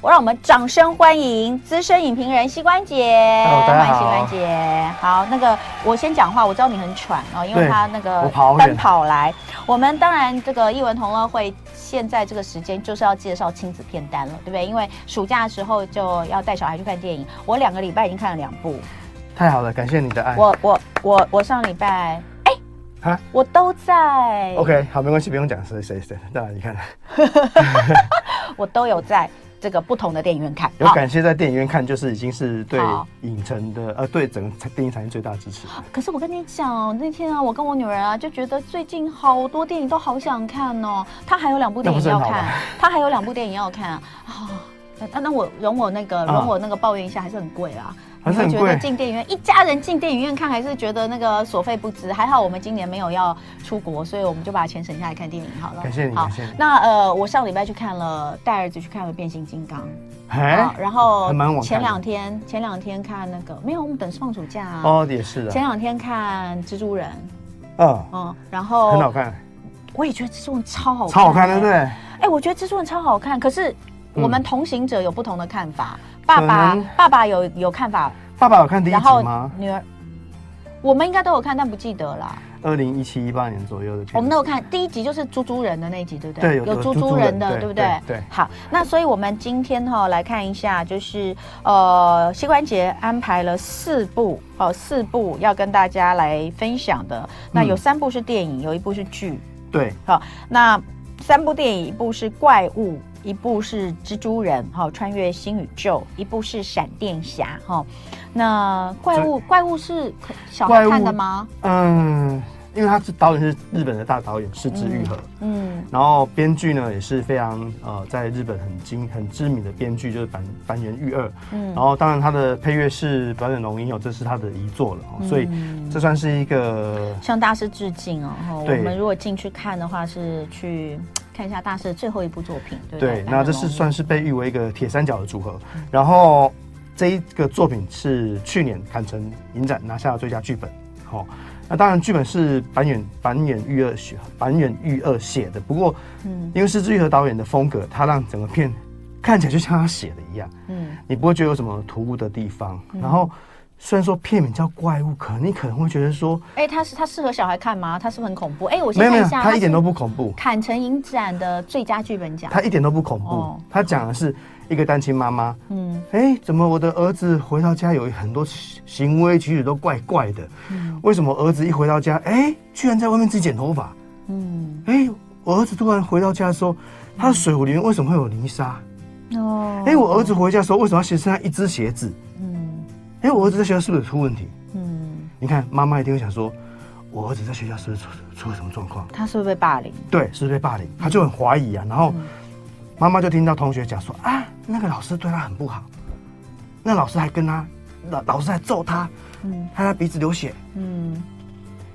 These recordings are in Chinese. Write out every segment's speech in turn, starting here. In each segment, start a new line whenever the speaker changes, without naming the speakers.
我让我们掌声欢迎资深影评人膝关节，
Hello，大家
欢迎膝
好
关节。好，那个我先讲话，我知道你很喘哦，因为
对
他那个
我跑好远
奔跑来。我们当然这个艺文同乐会现在这个时间就是要介绍亲子片单了，对不对？因为暑假的时候就要带小孩去看电影，我两个礼拜已经看了两部。
太好了，感谢你的爱。
我我我我上礼拜哎、
啊
我都在
OK，好，没关系，不用讲谁谁谁，那你看，
我都有在这个不同的电影院看。
有
好
感谢在电影院看，就是已经是对
好
影城的呃，对整个电影产业最大的支持。
可是我跟你讲，那天啊，我跟我女儿啊，就觉得最近好多电影都好想看哦。她还有两部电影要
那不是很
看
好吗，
她还有两部电影要看啊。那那我容我那个
啊
容我那个抱怨一下，还是很贵啦。
还是很
你会觉得
贵
进电影院一家人进电影院看，还是觉得那个所费不值。还好我们今年没有要出国，所以我们就把钱省下来看电影好了。
感谢你，
好
感，谢你。
那呃，我上礼拜去看了，带儿子去看了《变形金刚》啊
哎，，
然后
还蛮晚看的
前两天前两天看那个没有，我们等放暑假啊。
哦，也是
前
啊，
两天看蜘蛛人，
嗯，
嗯，然
很好
后
看，
我也觉得蜘蛛人超好看，
超好看，对不？对？
哎，我觉得蜘蛛人超好看，可是我们同行者有不同的看法。爸
可
爸
能
爸爸有有看法，
爸爸有看第一
然
集
后
吗？
女儿，我们应该都有看，但不记得啦。
二零一七一八年左右的片子。
哦我们都有看第一集，就是猪猪人的那一集，对不对？
对有
有
有
猪
猪
猪
猪
人
人
的，
对
对不对？
对对
好，那所以我们今天哈、来看一下，就是呃，膝关节安排了四部哦，四部要跟大家来分享的。那有
嗯
三部是电影，有一部是剧。
对，
好，那三部电影，一部是怪物，一部是蜘蛛人，哈、穿越新宇宙，一部是闪电侠，哈、那怪物，怪物是小孩
怪物
看的吗？
嗯，因为他是导演是日本的大导演是之愈合，
嗯，
然后编剧呢也是非常呃，在日本很精很知名的编剧，就是板板垣裕二。
嗯
嗯，然后当然他的配乐是表演龙音哦，这是他的遗作了、哦所以这算是一个
向大师致敬哦。哈我
对
们如果进去看的话，是去看一下大师的最后一部作品，对不对
对，？那这是算是被誉为一个铁三角的组合。然后这一个作品是去年坎城影展拿下了最佳剧本，好、那当然剧本是板垣板垣裕二写板垣裕二写的，不过
嗯
因为是志愈和导演的风格，他让整个片看起来就像他写的一样，
嗯
你不会觉得有什么突兀的地方。然后虽然说片名叫怪物，可你可能会觉得说
哎，他是他适合小孩看吗？他是不是很恐怖？哎，我
没
先
有没
看
有，
一下，
他一点
是
都不恐怖，
坎城影展的最佳剧本奖，
他一点都不恐
哦
怖，他讲的是一个单亲妈妈，
嗯
哎，怎么我的儿子回到家有很多行行为举止都怪怪的？为什么儿子一回到家，哎，居然在外面自己剪头发？
嗯
哎，我儿子突然回到家的时候，他的水壶里面为什么会有泥沙？
哦，
哎，我儿子回家的时候为什么要鞋身上一只鞋子？
嗯
哎，我儿子在学校是不是有出问题？
嗯，
你看，妈妈一定会想说，我儿子在学校是不是出出了什么状况？
他是不是被霸凌？
对，是不是被霸凌？她就很怀疑啊。然后
嗯
妈妈就听到同学讲说，啊，那个老师对他很不好，那老师还跟他，老老师还揍他，
嗯
害他鼻子流血。
嗯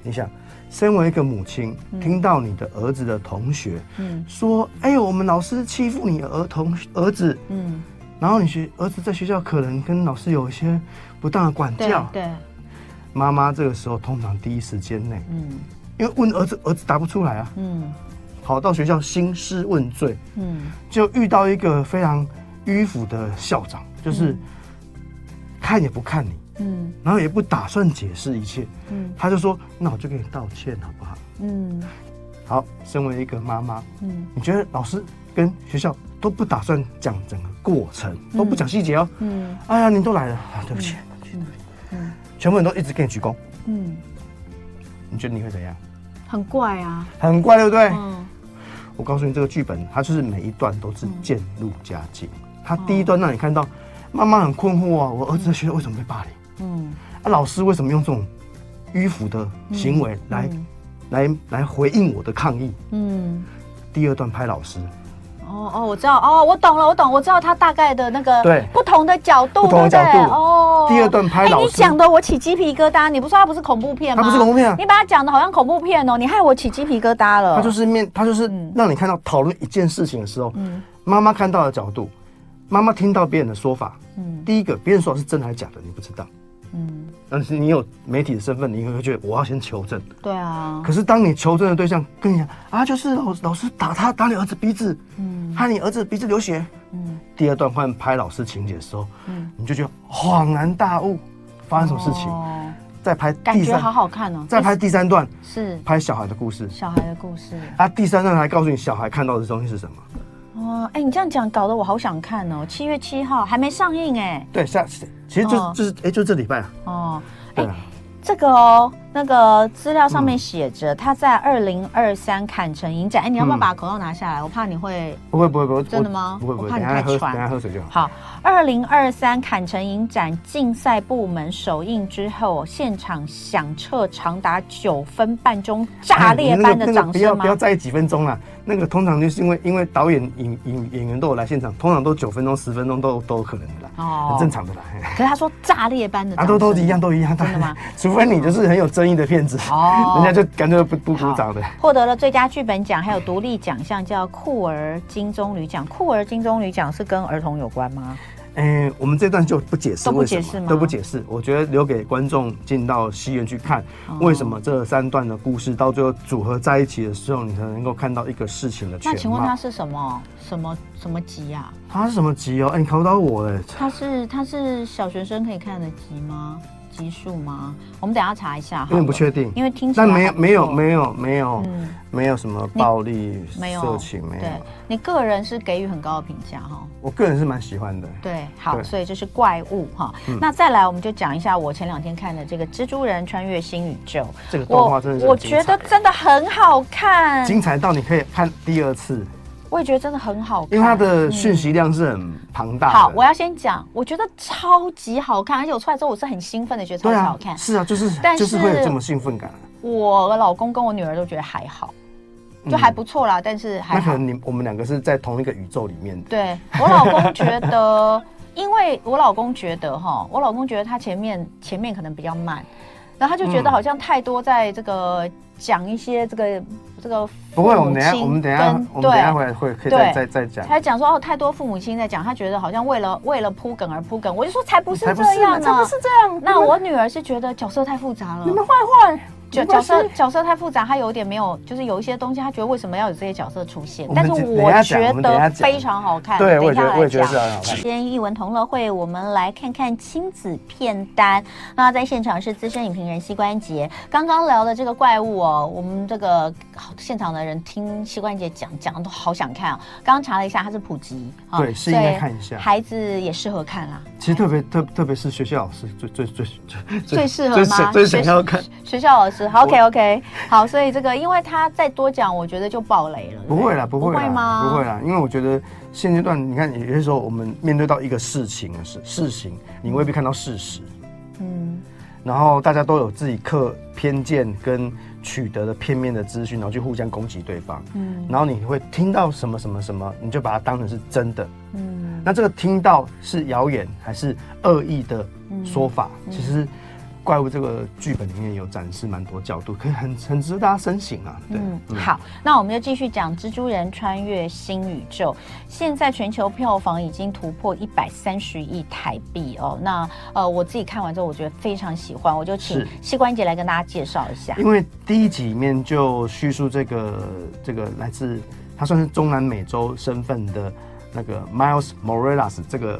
你想，身为一个母亲，听到你的儿子的同学
嗯
说，哎、我们老师欺负你儿童儿子，
嗯，
然后你学儿子在学校可能跟老师有一些不当的管
对
教，
对，
妈妈这个时候通常第一时间内，
嗯
因为问儿子，儿子答不出来啊，
嗯
跑到学校兴师问罪，
嗯
就遇到一个非常迂腐的校长，就是看也不看你，
嗯
然后也不打算解释一切，
嗯
他就说：“那我就给你道歉，好不好
嗯？”
好，身为一个妈妈，
嗯
你觉得老师跟学校都不打算讲整个过程，都不讲细节哦。
嗯
哎呀，您都来了，啊、对不起，对不起对不起
嗯
全部人都一直给你鞠躬，
嗯，
你觉得你会怎样？
很怪啊，
很怪，对不对？
嗯
我告诉你，这个剧本它就是每一段都是渐入佳境。它第一段让你看到妈妈很困惑啊，我儿子在学校为什么被霸凌？
嗯
啊，老师为什么用这种迂腐的行为来、来来回应我的抗议？
嗯。
第二段拍老师，
哦哦，我知道哦，我懂了，我懂，我知道他大概的那个
对
不同的角度，
不同的
对对
角度
哦。
第二段拍
哎，
老
你
师
讲的我起鸡皮疙瘩，你不说它不是恐怖片吗？
它不是恐怖片啊
你把它讲的好像恐怖片哦，你害我起鸡皮疙瘩了。
他就是面，他就是
嗯
让你看到讨论一件事情的时候，妈妈看到的角度，妈妈听到别人的说法。
嗯
第一个，别人说的是真的还是假的，你不知道。
嗯，
但是你有媒体的身份，你会觉得我要先求证。
对啊，
可是当你求证的对象跟你讲啊，就是老老师打他，打你儿子鼻子，嗯，害你儿子鼻子流血，
嗯
第二段换拍老师情节的时候，
嗯，
你就觉得恍然大悟，发生什么事情？
哦
再拍
感
第
觉好哎
三，
好看哦。
再拍第三段，
是
拍小孩的故事。
小孩的故事
啊，第三段还告诉你小孩看到的东西是什么？
哦。哎、你这样讲，搞得我好想看哦。七月七号还没上映哎、
对，下其实就、
哦
就是哎、就这礼拜啊。
哦，哎、
对啊，
这个哦，那个资料上面写着，他在二零二三坎城影展。哎、你要不要
嗯
把口罩拿下来？我怕你会
不会不会不会，
真的
我
吗
不会
我
不会，
怕
等
你
一
太
下喝等
喘
一下喝水就好。
好，二零二三坎城影展竞赛部门首映之后，现场响彻长达九分半钟炸裂般的掌
哎那个那个不要
声吗？
不要在意几分钟啦，那个通常就是因为因为导演演演演员都有来现场，通常都九分钟十分钟都有都有可能的啦，
哦
很正常的啦。嘿
可是他说炸裂般的掌
啊，
声，
都都一样，都一样，
真的吗？
除非你就是很有争议的骗子，
哦
人家就感觉不不鼓掌的。
获得了最佳剧本奖，还有独立奖项叫酷儿金棕榈奖。酷儿金棕榈奖是跟儿童有关吗？
哎，我们这段就不解释
都不
为什
解
么，
释吗
都不解释。我觉得留给观众进到戏院去看，
哦
为什么这三段的故事到最后组合在一起的时候，你才能够看到一个事情的全
那
貌。
请问它是什么什么什么级啊？
他是什么级哦？哎，你考到我了。
它是它是小学生可以看的级吗？级数吗？我们等一下查一下好了。
有点不确定
因为听起来
但没
还
有
不错
没有没有没有
嗯
没有什么暴力、
没有
色情，没
对
有。
你个人是给予很高的评价哈。
我个人是蛮喜欢的。
对，好，
对嗯
所以这是怪物哈。那再来，我们就讲一下我前两天看的这个《蜘蛛人穿越新宇宙》，
这个动画
我
真的是
我
很精
觉
彩
得真的很好看，
精彩到你可以看第二次，
我也觉得真的很好看，
因为它的讯息量是很庞大的。
好，我要先讲，我觉得超级好看，而且我出来之后我是很兴奋的，觉得超
对
级
啊
好，看。
是啊，就是
但
就是会
是
有这么兴奋感。啊
我老公跟我女儿都觉得还好，就
嗯
还不错啦，但是还
那可
好。
能你我们两个是在同一个宇宙里面的。
对我老公觉得，因为我老公觉得哈，我老公觉得他前面前面可能比较慢，然后他就觉得
嗯
好像太多在这个。讲一些这个这个父母亲跟，
不会，我们等一下我们等一下我们等一下回来会可以
对
再再再讲。
他讲说哦，太多父母亲在讲，他觉得好像为了为了铺梗而铺梗，我就说才不是
才不
这
是
样
呢，
呢，
才不是这样。
那我女儿是觉得角色太复杂了，
你们坏坏，
角
没
角
关系
色角色太复杂，她有点没有，就是有一些东西，她觉得为什么要有这些角色出现？
我
但
们
是
等
我
等一下讲
觉
我们等一
得
下讲
非常好看。
对，
等一
我也觉
下
得
来
我也觉得是
讲
很好看。
今天艺文同乐会，我们来看看亲子片单。那在现场是资深影评人膝关节。刚刚聊的这个怪物哦，我们这个好现场的人听膝关节讲讲的都好想看哦。刚刚查了一下，它是普及，啊
对是应该看一下
所以孩子也适合看啊啦。
其实特别特特别是学校老师最最最最
最适合
最
吗
想最
学
想要看。
学校老师，OK OK，好，所以这个因为他再多讲，我觉得就爆雷了。
不会啦，不会啦，
不会吗
不会啦，因为我觉得现阶段，你看有些时候我们面对到一个事情的事事情，你未必看到事实，
嗯，
然后大家都有自己刻偏见跟取得的片面的资讯，然后去互相攻击对方，
嗯
嗯，然后你会听到什么什么什么，你就把它当成是真的，
嗯
那这个听到是谣言还是恶意的说法，
嗯
其实。怪物这个剧本里面有展示蛮多角度，可以很很值得大家深省啊。对，
嗯，好，那我们就继续讲《蜘蛛人穿越新宇宙》。现在全球票房已经突破一百三十亿台币哦。那呃，我自己看完之后，我觉得非常喜欢，我就请
是
膝关节来跟大家介绍一下。
因为第一集里面就叙述这个这个来自他算是中南美洲身份的那个 Miles Morales 这个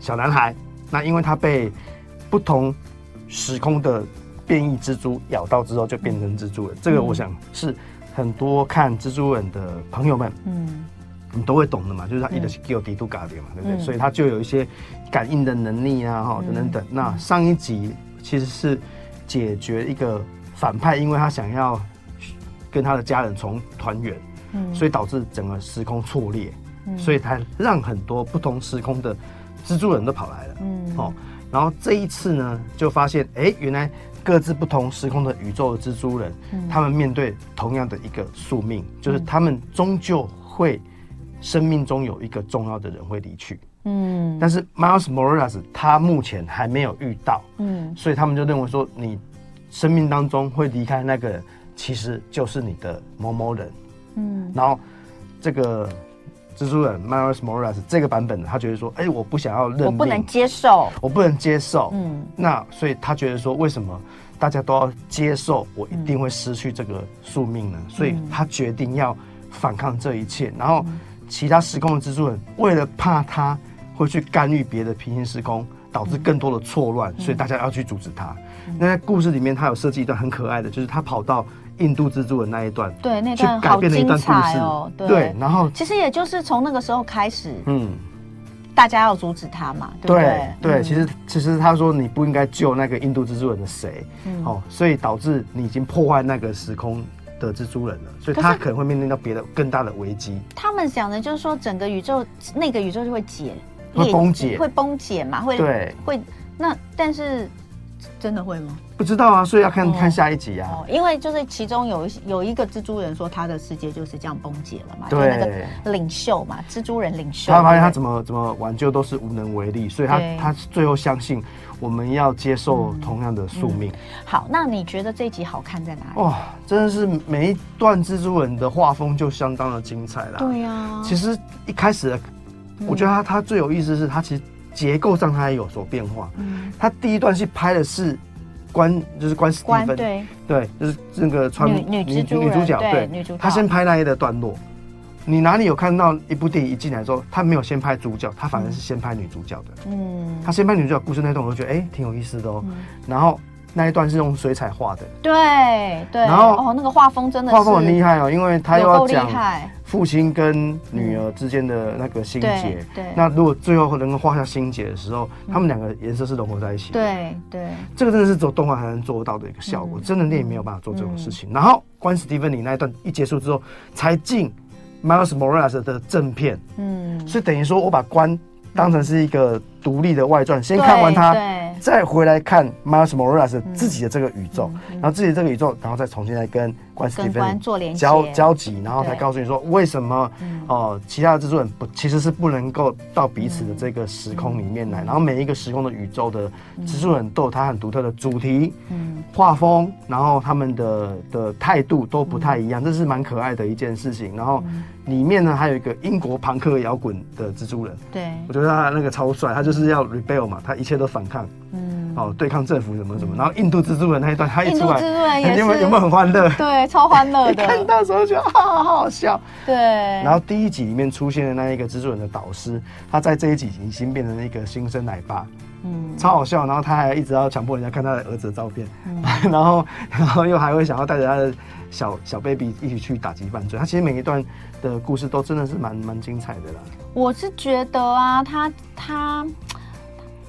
小男孩，那因为他被不同时空的变异蜘蛛咬到之后就变成蜘蛛
嗯
人，这个我想是很多看蜘蛛人的朋友们
嗯
你都会懂的嘛，就是他
嗯
一个是 g u i l d 嘎的嘛，对不对？
嗯
所以他就有一些感应的能力啊，哈，等等等。那上一集其实是解决一个反派，因为他想要跟他的家人重团圆，
嗯
所以导致整个时空错裂，
嗯
所以才让很多不同时空的蜘蛛人都跑来了，
嗯
哦。然后这一次呢，就发现哎，诶原来各自不同时空的宇宙的蜘蛛人，
嗯
他们面对同样的一个宿命，就是他们终究会生命中有一个重要的人会离去。
嗯
但是 Miles Morales 啊他目前还没有遇到，
嗯
所以他们就认为说，你生命当中会离开那个人，其实就是你的某某人。
嗯
然后这个蜘蛛人 Miles Morales 这个版本的，他觉得说，哎、我不想要认命，
我不能接受。
我不能接受。
嗯
那所以他觉得说，为什么大家都要接受我一
嗯
定会失去这个宿命呢？所以他决定要反抗这一切，然后其他施工的蜘蛛人为了怕他会去干预别的平行施工，导致更多的错乱，
嗯
所以大家要去阻止他。那在故事里面，他有设计一段很可爱的，就是他跑到印度蜘蛛人那一段，
对，那
去
段
改
好
变了一
精
段故
彩
事。
哦，
对，然后
其实也就是从那个时候开始，
嗯。
大家要阻止他嘛，对不
对
对？
对，
嗯
其实其实他说你不应该救那个印度蜘蛛人的谁，
嗯
哦，所以导致你已经破坏那个时空的蜘蛛人了，所以
可是
他可能会面临到别的更大的危机。
他们讲的就是说，整个宇宙那个宇宙就会解，
会
裂
崩解
会崩解嘛，会
对，
会那但是真的会吗？
不知道啊，所以要看、
哦
看下一集啊。
哦，因为就是其中有一有一个蜘蛛人说他的世界就是这样崩解了嘛，就
对
那个领袖嘛，蜘蛛人领袖，
他发现他
对
怎么怎么挽救都是无能为力，所以他
对
他最后相信我们要接受同样的宿命。
不对好，那你觉得这一集好看在哪里？
哇、真的是每一段蜘蛛人的画风就相当的精彩啦。
对啊呀，
其实一开始的，我觉得它它最有意思是它其实结构上它也有所变化。
嗯
它第一段戏拍的是关，就是关史蒂
关
芬，
对
对，就是那个穿
女女蜘蛛
女主
人
角，
对
对，
女主角，
他先拍那一的段落。你哪里有看到一部电影一进来之后，他没有先拍主角，他反而是先拍女主角的。
嗯
他先拍女主角故事那段，我就觉得哎、挺有意思的哦。然后那一段是用水彩画的，
对对，
然后
哦那个画风真的
画风很厉
害，
害哦，因为他又
有够
要
厉
讲
害，
父亲跟女儿之间的那个心结
对。嗯对嗯
那如果最后能够画下心结的时候，他们两个颜色是融合在一起。，
对对，
这个真的是只有动画才能做到的一个效果，
嗯
真人电影没有办法做这种事情。然后关史蒂芬妮那一段一结束之后，才进 Miles Morales 的正片，
嗯，
所以等于说我把关当成是一个独立的外传，先
对
看完它，
对
再回来看 Miles Morales 自己的这个宇宙，
嗯嗯
然后自己这个宇宙，然后再重新来跟关史蒂
跟
芬
观
妮
做连接，
交交集，然后才
对
告诉你说为什么
嗯
哦、其他的蜘蛛人不其实是不能够到彼此的这个时空
嗯
里面来，然后每一个时空的宇宙的蜘蛛人都有它很独特的主题、
嗯
画风，然后他们的的态度都不太一
嗯
样，这是蛮可爱的一件事情。然后里面呢还有一个英国朋克摇滚的蜘蛛人，
对，
我觉得他那个超帅，他就是要 rebel 嘛，他一切都反抗，
嗯，
哦，对抗政府什么什么。然后印度蜘蛛人那一段他一
印
出
度
来
蜘，蛛人也
有没有
是，
有没有很欢乐？
对，超欢 乐
看
的，哎
到的时候觉得啊好好笑。
对，
然
然
后第一集里面出现的那一个蜘蛛人的导师，他在这一集已经变成一个新生奶爸，
嗯
超好笑。然后他还一直要强迫人家看他的儿子的照片，
嗯
然后然后又还会想要带着他的小小 baby 一起去打击犯罪。他其实每一段的故事都真的是蛮蛮精彩的啦。
我是觉得啊，他他。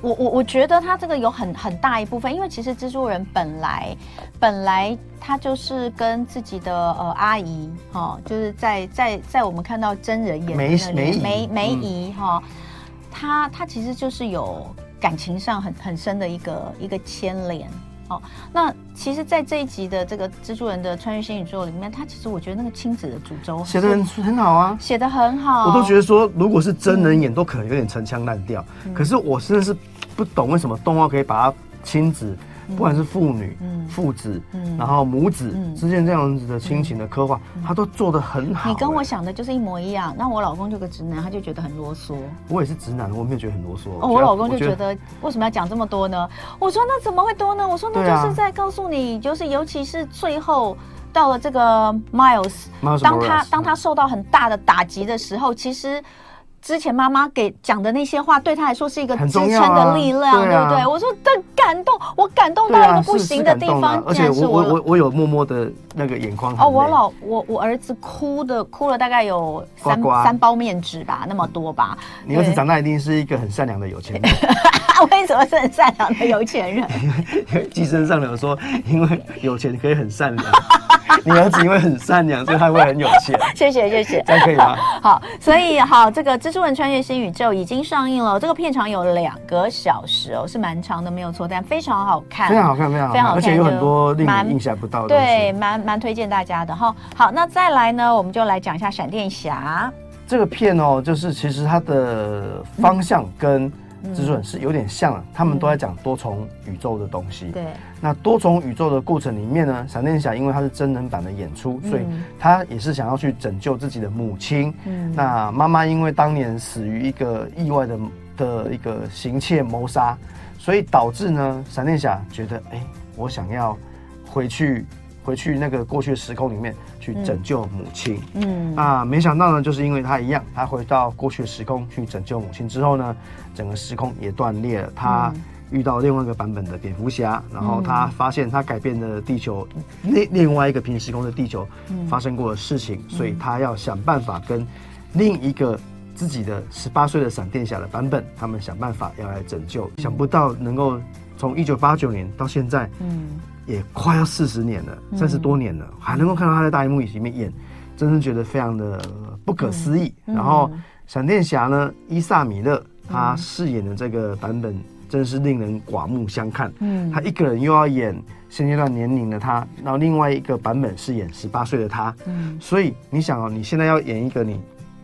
我我我觉得他这个有很很大一部分，因为其实蜘蛛人本来本来他就是跟自己的呃阿姨哈、就是在在在我们看到真人演
梅
的
梅姨
梅梅
嗯
姨哈、他他其实就是有感情上很很深的一个一个牵连。哦，那其实，在这一集的这个蜘蛛人的穿越新宇宙里面，他其实我觉得那个亲子的主轴
写的很很好啊。
写的很好，
我都觉得说，如果是真人演，都可能有点陈腔滥调。
嗯
可是我真的是不懂为什么动画可以把它亲子，不管是父女、
嗯
父子，
嗯
然后母子
嗯
之间这样子的亲情的刻画，它都做得很好。
你跟我
欸，
想的就是一模一样。那我老公就个直男，他就觉得很啰嗦。
我也是直男，我没有觉得很啰嗦。
哦，我老公就觉，得为什么要讲这么多呢？我说那怎么会多呢？我说那
对啊
就是在告诉你，就是尤其是最后到了这个 Miles，
Miles
当他
Morales，嗯
当他受到很大的打击的时候，其实。之前妈妈给讲的那些话，对他来说是一个
很
支
重
撑
要啊
的力量，
对啊
不对？我说这感动，我感动
对
到一
啊，
个不
是
行
是
的
感
地
动
方，
啊。而
竟
且
然是
我
我
我
老
我我有默默的那个眼眶。
哦，我。老我我儿子哭的哭了大概有三
呱呱
三包面纸吧，那么多吧。
你儿子
对
长大一定是一个很善良的有钱人。
啊， 为什么是很善良的有钱人？
寄生上流说，因为有钱可以很善良。你儿子因为很善良，所以他会很有钱，
谢谢谢谢
这。样可以吗？
好，所以好，这个《蜘蛛人穿越新宇宙》已经上映了，这个片长有两个小时哦，是蛮长的，没有错，但非常好看，
非常好看，非常好
非常
看，
好
而且
看
有
就
很多令
蛮
你意想不到的东西。
对，，蛮蛮推荐大家的哈。好，那再来呢，我们就来讲一下闪电侠，
这个片哦，就是其实它的方向跟
嗯
蜘蛛人是有点像的，他们都在讲多重宇宙的东西。
对，
那多重宇宙的过程里面呢，闪电侠因为他是真人版的演出，所以
嗯
他也是想要去拯救自己的母亲。
嗯
那妈妈因为当年死于一个意外的的一个行窃谋杀，所以导致呢，闪电侠觉得，哎、我想要回去回去那个过去的时空里面去拯救母亲。
嗯
那啊没想到呢，就是因为他一样，他回到过去的时空去拯救母亲之后呢，整个时空也断裂了。他遇到另外一个版本的蝙蝠侠，然后他发现他改变了地球另另外一个平行时空的地球发生过的事情，所以他要想办法跟另一个。自己的十八岁的闪电侠的版本，他们想办法要来拯救，想不到能够从一九八九年到现在，
嗯
也快要四十年了，三十多年了，还能够看到他在大荧幕里面演，真是觉得非常的呃不可思议。
嗯
然后闪电侠呢，伊萨米勒他饰演的这个版本，真是令人刮目相看。
嗯
他一个人又要演现阶段年龄的他，然后另外一个版本是演十八岁的他，
嗯
所以你想哦，你现在要演一个你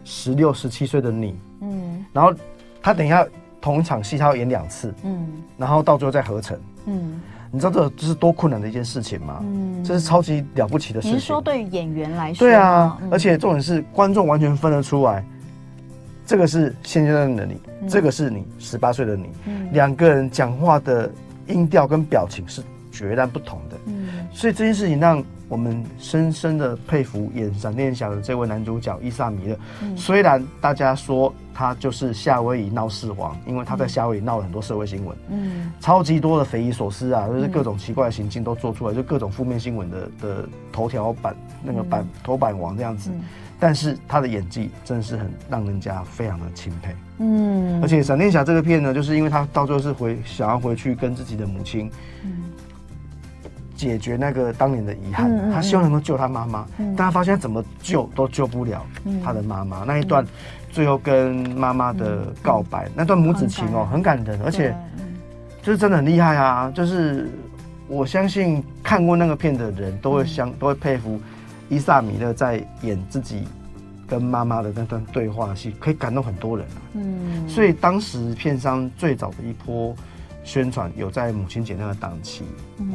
十六、十七岁的你，
嗯
然后他等一下同一场戏他要演两次，
嗯
然后到最后再合成。
嗯
你知道这这是多困难的一件事情吗？
嗯，
这是超级了不起的事
你
情。
是说对于演员来说吗？
对啊，
嗯
而且重点是观众完全分得出来，这个是现阶段的你，这个是你十八岁的你，
嗯
两个人讲话的音调跟表情是决然不同的。
嗯
所以这件事情让我们深深的佩服演闪电侠的这位男主角伊萨米勒。
嗯
虽然大家说他就是夏威夷闹事王，因为他在夏威夷闹了很多社会新闻，
嗯
超级多的匪夷所思啊，就是各种奇怪的行径都做出来，就各种负面新闻的的头条版那个版、
嗯
头版王这样子。但是他的演技真的是很让人家非常的钦佩。
嗯
而且闪电侠这个片呢，就是因为他到最后是回想要回去跟自己的母亲
嗯
解决那个当年的遗憾，
嗯嗯嗯
他希望能够救他妈妈，
嗯
但他发现他怎么救都救不了
嗯
他的妈妈。那一段最后跟妈妈
嗯
的告白，那段母子情哦，很感人，而且就是真的很厉害啊！就是我相信看过那个片的人都会相、都会佩服伊萨米勒在演自己跟妈妈的那段对话戏，可以感动很多人啊。
嗯
所以当时片商最早的一波宣传，有在母亲节那个档期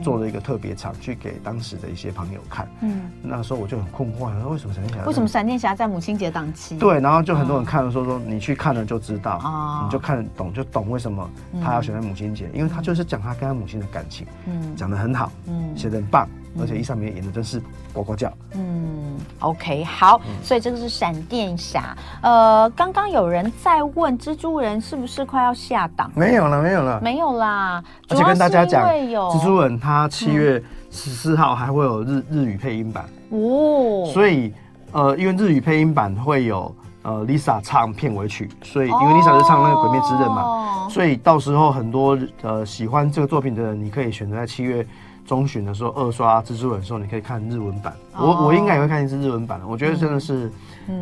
做了一个特别场，去给当时的一些朋友看。
嗯，
那时候我就很困惑，然后为什么闪电侠？
为什么？闪电侠在母亲节档期？
对，然后就很多人看了说说你去看了就知道，
啊
你就看得懂就懂为什么他要选在母亲节，因为他就是讲他跟他母亲的感情，
嗯
讲得很好，
嗯
写得很棒，而且伊莎米尔演的真是呱呱叫。
嗯，OK，好，
嗯
所以这个是闪电侠。呃，刚刚有人在问蜘蛛人是不是快要下档？
没有了，没有了。
没有啦，
而且跟大家讲，
主要是因为有
蜘蛛人他七月十四号还会有日日语配音版，
哦，以
所以呃，因为日语配音版会有呃 Lisa 唱片尾曲，所以因
因
为 Lisa 是唱那个《鬼灭之刃》嘛，
嘛
所以到时候很多呃喜欢这个作品的人，你可以选择在七月中旬的时候二刷《蜘蛛人》的时候，你可以看日文版。
哦
我我应该也会看一次日文版的。我觉得真的是，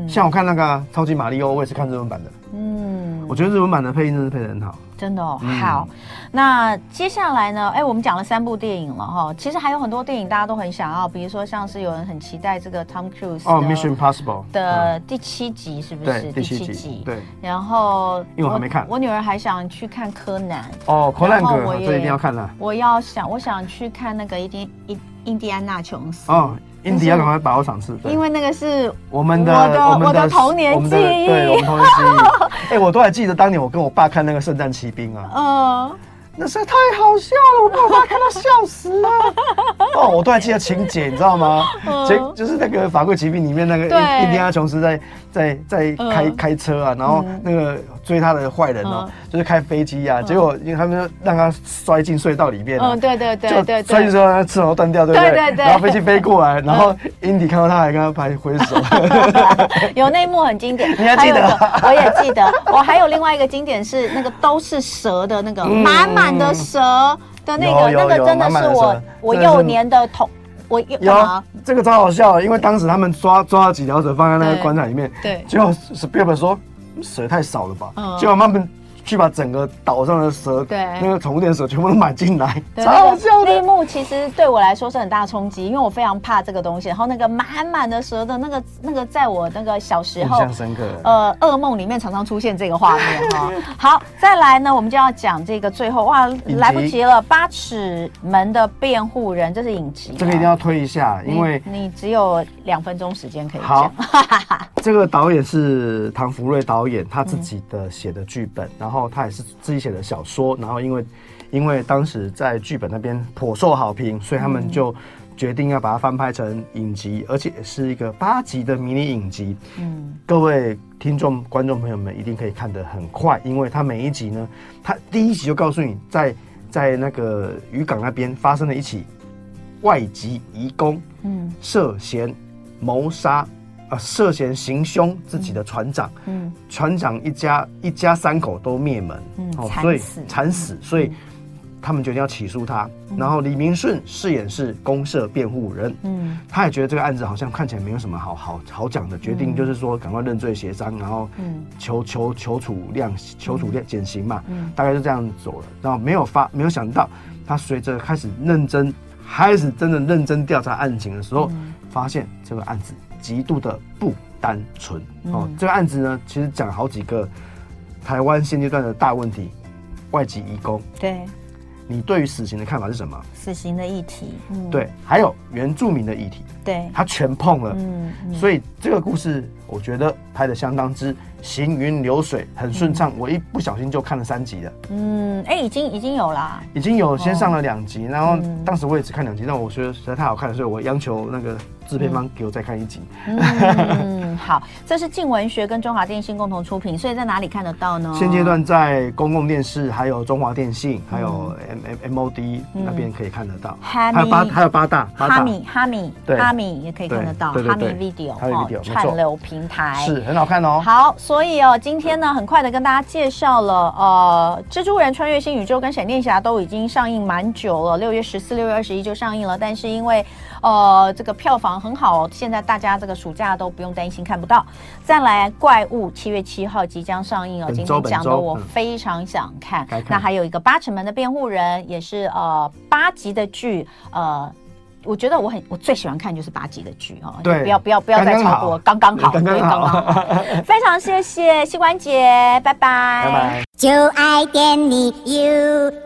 像我看那个啊《超级马里奥》，我也是看日文版的。
嗯，
我觉得日文版的配音真的配得很好。
真的哦，
嗯
好，那接下来呢？哎，我们讲了三部电影了哈，其实还有很多电影大家都很想要，比如说像是有人很期待这个 Tom Cruise
哦，《
的
Mission Possible》嗯
的第七集是不是？
对第七集，对
然后
因为我还没看
我女儿还想去看柯南，
哦，柯南
然后我
哥
也
这一定要看啦。
我要想我想去看那个一定印印第安纳琼斯，
哦，印迪要赶快把握场次。对
因为那个是
我们的
我的
们
我的童年
我们的
记忆
对，我们童年记忆。 哎、我都还记得当年我跟我爸看那个《圣诞骑兵》啊，
呃
那实在太好笑了，我爸我爸看到笑死了。 嗯哦，我都还记得情节，你知道吗？结就是那个《法国骑兵》里面那个
对
印印第安琼斯在在在开、
嗯
开车啊，然后那个追他的坏人哦、
嗯
就是开飞机啊，结果因为他们就让他摔进隧道里面、啊，
嗯，对对对
就
对
摔
对
进之。后，他翅膀都断掉，对不对？嗯
对对对
然后飞机飞过来，然后英迪看到他还跟他拍挥手。
有那一幕很经典，
你还记得
还有一个我也记得，我还有另外一个经典是那个都是蛇的那个
嗯
满满的蛇的那个，
有有
那个真的
有满满
是
的
我
蛇
我
真的是
幼年的童，我幼
有
干嘛
这个超好笑的，因为当时他们抓抓了几条蛇放在那个棺材里面，
对对
结果 Spielberg 说嗯蛇太少了吧，
嗯
结果他们去把整个岛上的蛇，
对
那个宠物店蛇全部都买进来，
对
超好
那
笑
个那一
的。
幕其实对我来说是很大冲击，因为我非常怕这个东西。然后那个满满的蛇的那个那个，在我那个小时
印
候，
象深刻。
呃，噩梦里面常常出现这个画面 哈。好，再来呢，我们就要讲这个最后哇，
集
来不及了，《八尺门的辩护人》这是影集，
这个一定要推一下，
你，
因为
你只有两分钟时间可以
好
讲。，
这个导演是唐
嗯
福瑞导演他自己的写的剧本，然后他也是自己写的小说，然后因为因为当时在剧本那边颇受好评，所以他们就决定要把它翻拍成影集，而且是一个八集的迷你影集。
嗯，
各位听众、观众朋友们一定可以看得很快，因为它每一集呢，它第一集就告诉你在在那个渔港那边发生了一起外籍移工
嗯
涉嫌谋杀，呃，涉嫌行凶自己的船长，
嗯
船长一家一家三口都灭门，哦
嗯嗯惨
所以
死
惨死，所以他们决定要起诉他。然后李明顺饰演是公社辩护人，
嗯
他也觉得这个案子好像看起来没有什么好好好讲的，决定就是说赶快认罪协商，然后
嗯
求求求处量求处量减刑嘛，
嗯
大概就这样走了。然后没有发没有想到，他随着开始认真开始真的认真调查案情的时候，
嗯
发现这个案子极度的不单纯、哦。
嗯
这个案子呢，其实讲好几个台湾现阶段的大问题，外籍移工，
对，
你对于死刑的看法是什么？
死刑的议题，嗯
对，还有原住民的议题，
对，
他全碰了。
嗯嗯
所以这个故事，我觉得拍的相当之行云流水，很顺畅。我一不小心就看了三集了，
嗯，哎，已经已经有啦，
已经有先上了两集，然后
嗯
当时我也只看两集，但我觉得实在太好看了，所以我央求那个制片方给我再看一集。
嗯，好，这是静文学跟中华电信共同出品，所以在哪里看得到呢？
现阶段在公共电视、还有中华电信、还有 M M M O D 那边可以看得到，
嗯哈
还有八
密
还有八大八
哈
大
米哈米
对
哈米也可以看得到，
对
哈
对
米
对
video
哈米
哦
video，没错
串流平台
是很好看哦。
好，所以哦，今天呢，很快的跟大家介绍了，呃，《蜘蛛人穿越新宇宙》跟《闪电侠》都已经上映蛮久了，六月十四、六月二十一就上映了。但是因为，呃，这个票房很好、哦，现在大家这个暑假都不用担心看不到。再来，《怪物》七月七号即将上映哦，
本
今
周
天
本
讲的
周
我
嗯
非常想看。
该看
那还有一个《八尺门的辩护人》，也是呃八集的剧，呃。我觉得我很我最喜欢看就是八集的剧哦，
对
不要不要不要再
刚刚
超
好
过，刚刚好，
刚刚
对
好
非常谢谢膝关节，拜拜，
拜拜。
就爱点你 UFO。